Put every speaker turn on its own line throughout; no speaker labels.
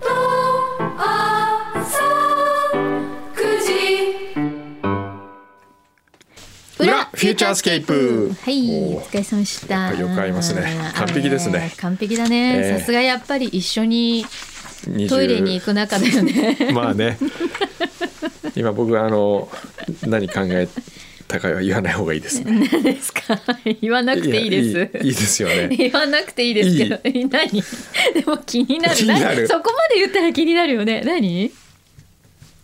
と朝9時
裏フューチャースケープ
はい
お
お
ー
疲れ様でした
やっぱりよく合いますね
あー
完璧ですね
完璧だね、
ええ
さすがやっぱり一緒にトイレに行く中だよね
まあね今僕はあの何考えたかは言わない方がいいですね
何ですか 言わなくていい
や
です
いいいですよね
言わなくていいですけどえ 何でも気になる
気になる
何そこまで言ったら気になるよね何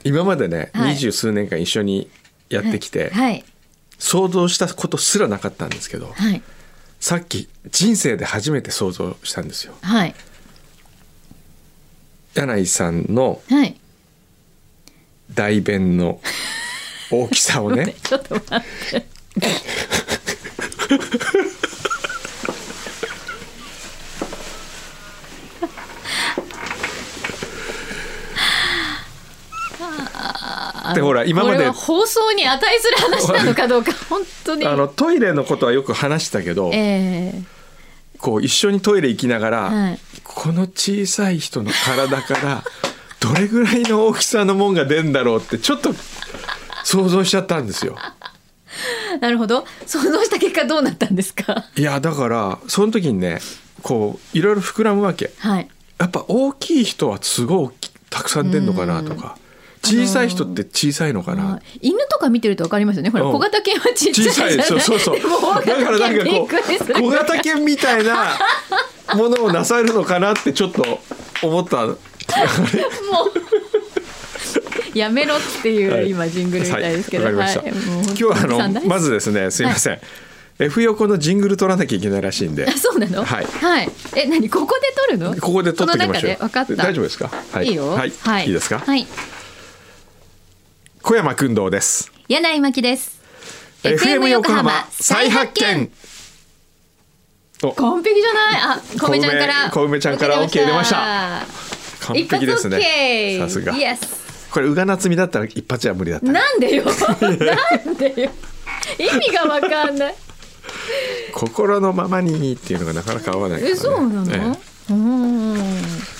今までね
はい
二十、数年間一緒にやってきて、
はい
想像したことすらなかったんですけど
はい
さっき人生で初めて想像したんですよ
はい
柳井さんの
はい
大便の大きさを ね
ちょっと待って
でほら今ま
これ
で
は放送に値する話なのか どうか本当に
あのトイレのことはよく話したけど、
ええ
こう一緒にトイレ行きながら、
はい
この小さい人の体から どれぐらいの大きさのもんが出んだろうってちょっと想像しちゃったんですよ。
なるほど想像した結果どうなったんですか
いやだからその時にねこういろいろ膨らむわけ
はい
やっぱ大きい人はすごい大きたくさん出んのかなとか小さい人って小さいのかな、
はい犬とか見てるとわかりますよね。ほら、
うん
小型犬はちっちゃ
小
いじゃ
さ
ない。
いそうそうそう
でも大
だから
型
なんか
犬び
こ
っくりす
う
る。
小型犬みたいなものをなさるのかなってちょっと思った
もうやめろっていう、
はい
今ジングルみたいですけど。
はい、わかりま
はい
した、
もう
今日はあ
本当
の
に
まずですねすいません、F 横のジングル取らなきゃいけないらしいんで
あ、そうなの。
はい
え、何ここで撮るの？
ここで取ってきましょ
この中
う
で分かった。
大丈夫
夫。
ですか、はい
いよ。
はい、い、いですか、
はい。
小山君堂です
柳井真希です。
FM 横浜再発見お
完璧じゃない。あ、小梅ちゃんから。
小梅小梅ちゃんから OK 出ました
た。
完璧です
一発 OK
ねさすが
イエス。
これ宇賀なつみだったら一発じゃ無理だったね
な んでよなんでよ意味がわかんない
心のままにっていうのがなかなか合わないから、
え
ね、
そうなの、
え
うーん
え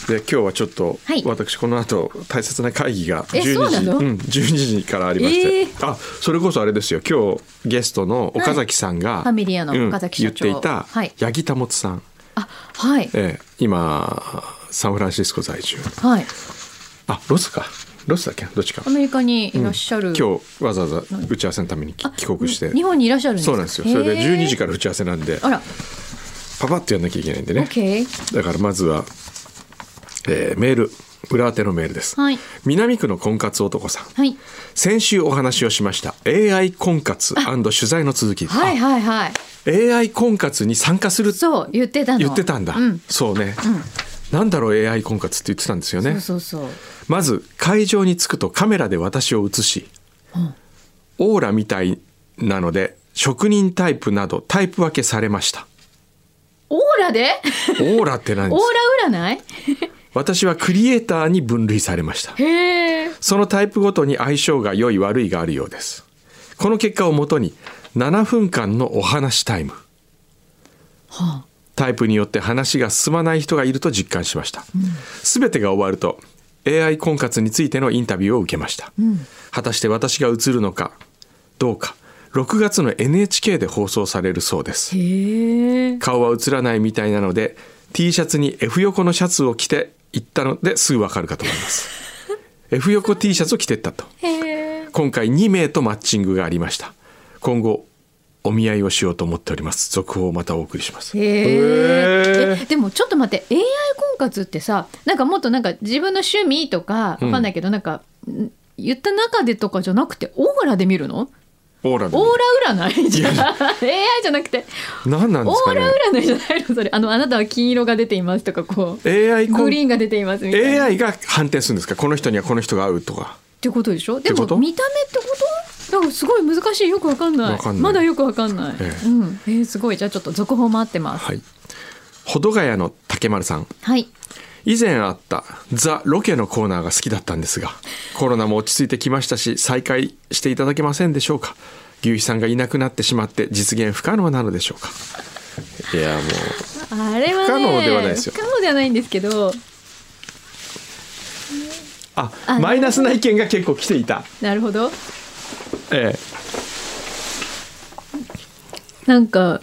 で今日はちょっと、
はい
私この後大切な会議が
え
12
そうな
時
の
うん、12時からありまして、
えー
あそれこそあれですよ今日ゲストの岡崎さんが、
ファミリアの
うん
岡崎社長
言っていた
はい
八木保さん、
あはい
ええ今サンフランシスコ在住
はい
あロスかロスだっけどっちか
アメリカにいらっしゃる、
今日わざわざ打ち合わせのためにき
あ
帰国して
日本にいらっしゃるんですか
そうなんですよそれで12時
ら
から打ち合わせなんで
あら
パパッとやんなきゃいけないんでね
OK
だからまずは、えーメール裏宛てのメールです、
はい
南区の婚活男さん
はい
先週お話をしました AI 婚活取材の続き、
はいはいはい
あ AI 婚活に参加する
そう言ってたの
言ってたんだ、
うん
そうね、なんだろう AI 婚活って言ってたんですよね
そうそうそう
まず会場に着くとカメラで私を映し、オーラみたいなので職人タイプなどタイプ分けされま した
オー ラで
オーラって何
オ
ですか
ーラ占い
私はクリエイターに分類されました
へえ
そのタイプごとに相性が良い悪いがあるようですこの結果をもとに7分間のお話タイム、タイプによって話が進まない人がいると実感しました、全てが終わると AI 婚活についてのインタビューを受けました、果たして私が映るのかどうか6月の NHK で放送されるそうです
へえ
顔は映らないみたいなので T シャツに F 横のシャツを着て行ったのですぐわかるかと思います F 横 T シャツを着てったと
へえ
今回2名とマッチングがありました今後お見合いをしようと思っております続報をまたお送りします
へ
へ
えでもちょっと待って AI 婚活ってさなんかもっとなんか自分の趣味とかわかんないけど、なんかん言った中でとかじゃなくてオーラで見るの
オーラで
オーラ占いじゃん AI じゃなくて、
何なんで
オ
すか
ーラ
ね
占いじゃないのそれあのあなたは金色が出ていますとかこう
AI コン
グリーンが出ていますみたいな
AI が判定するんですかこの人にはこの人が合うとか
ってことでしょで
ってこと
も見た目ってことだからすごい難しいよくわかんない
わかんない
まだよくわかんない、
ええ
うんえーすごいじゃあちょっと続報待ってます
はい保土ヶ谷の竹丸さん
はい
以前あったザ・ロケのコーナーが好きだったんですがコロナも落ち着いてきましたし再開していただけませんでしょうか牛肥さんがいなくなってしまって実現不可能なのでしょうかいやもう
あれはね
不可能ではないですよ
不可能ではないんですけど
あ
あ
マイナスな意見が結構来ていた
なるほど
ええ
なんか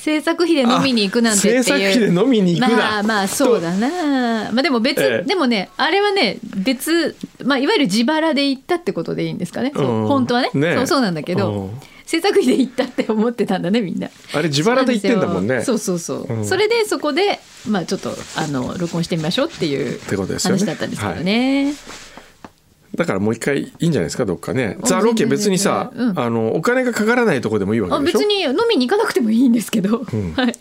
制作費で飲みに行くなんてっていう
あ制作費で飲みに行くな
まあまあそうだなまあでも別、
ええ
でもねあれはね別、まあ、いわゆる自腹で行ったってことでいいんですかね、そう
うん
本当はね
ねえ
そうそうなんだけ
う
ど
ん
制作費で行ったって思ってたんだねみんな
あれ自腹で言ってんだもんね
そうそうそうそう、
うん
それでそこでまあちょっとあの録音してみましょうっていう
てことですよね
話だったんですけどね
だからもう一回いいんじゃないですかどっかね
うん
ザ・ロケ別にさ、
全然全然
あのお金がかからないとこでもいいわ
あ
けでしょ
別に飲みに行かなくてもいいんですけど、はい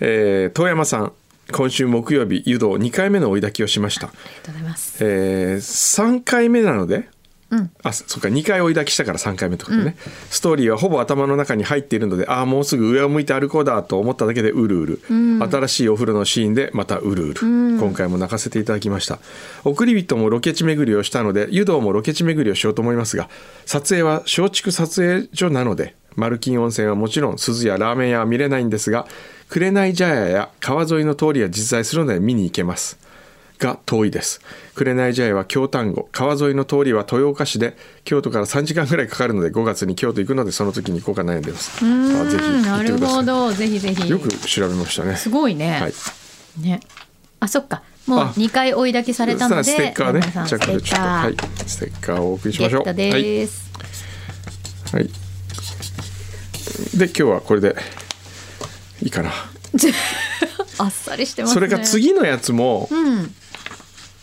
えー遠山さん今週木曜日湯道2回目の追い焚きをしました、
ありがとうございます
え3回目なので
うん
あそそうか2回追い焚きしたから3回目ってことね、ストーリーはほぼ頭の中に入っているのでああもうすぐ上を向いて歩こうだと思っただけでうるうる、新しいお風呂のシーンでまたうるうる、今回も泣かせていただきました送り人もロケ地巡りをしたので湯道もロケ地巡りをしようと思いますが撮影は松竹撮影所なので丸金温泉はもちろん鈴やラーメン屋は見れないんですが紅茶屋や川沿いの通りは実在するので見に行けますが遠いです紅茶屋は京丹後川沿いの通りは豊岡市で京都から3時間ぐらいかかるので5月に京都行くのでその時に行こうか悩んでますあぜひ
うん
行
な
って
る
くだ
ほ
さ
どぜひぜ
い
ひ
よく調べましたね
すごいね、
はい
ねあそっかもう
あ
二回追いだけされたので
ステッカーね
皆さん
じ
ス
ゃあ
テ
これ
ッ
ちょっと
カー、
はいステッカーをお送りし
ゲ
ましょ
ッ
う
トです、
はい、はい、で今日はこれでいいかな
あっさりしてますね
それが次のやつも、
うん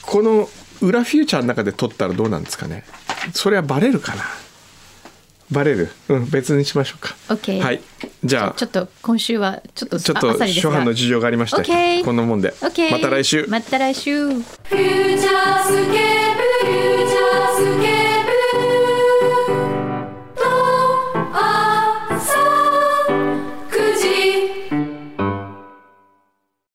この裏フューチャーの中で撮ったらどうなんですかねそれはバレるかなバレるうん別にしましょうか
OK
はいじゃあ
ちょっと今週はちょっと
ちょっと
あっさりです
初
が
版の事情がありまして
OK
こんなもんで
OK
また来週
また来週
フューチャースケ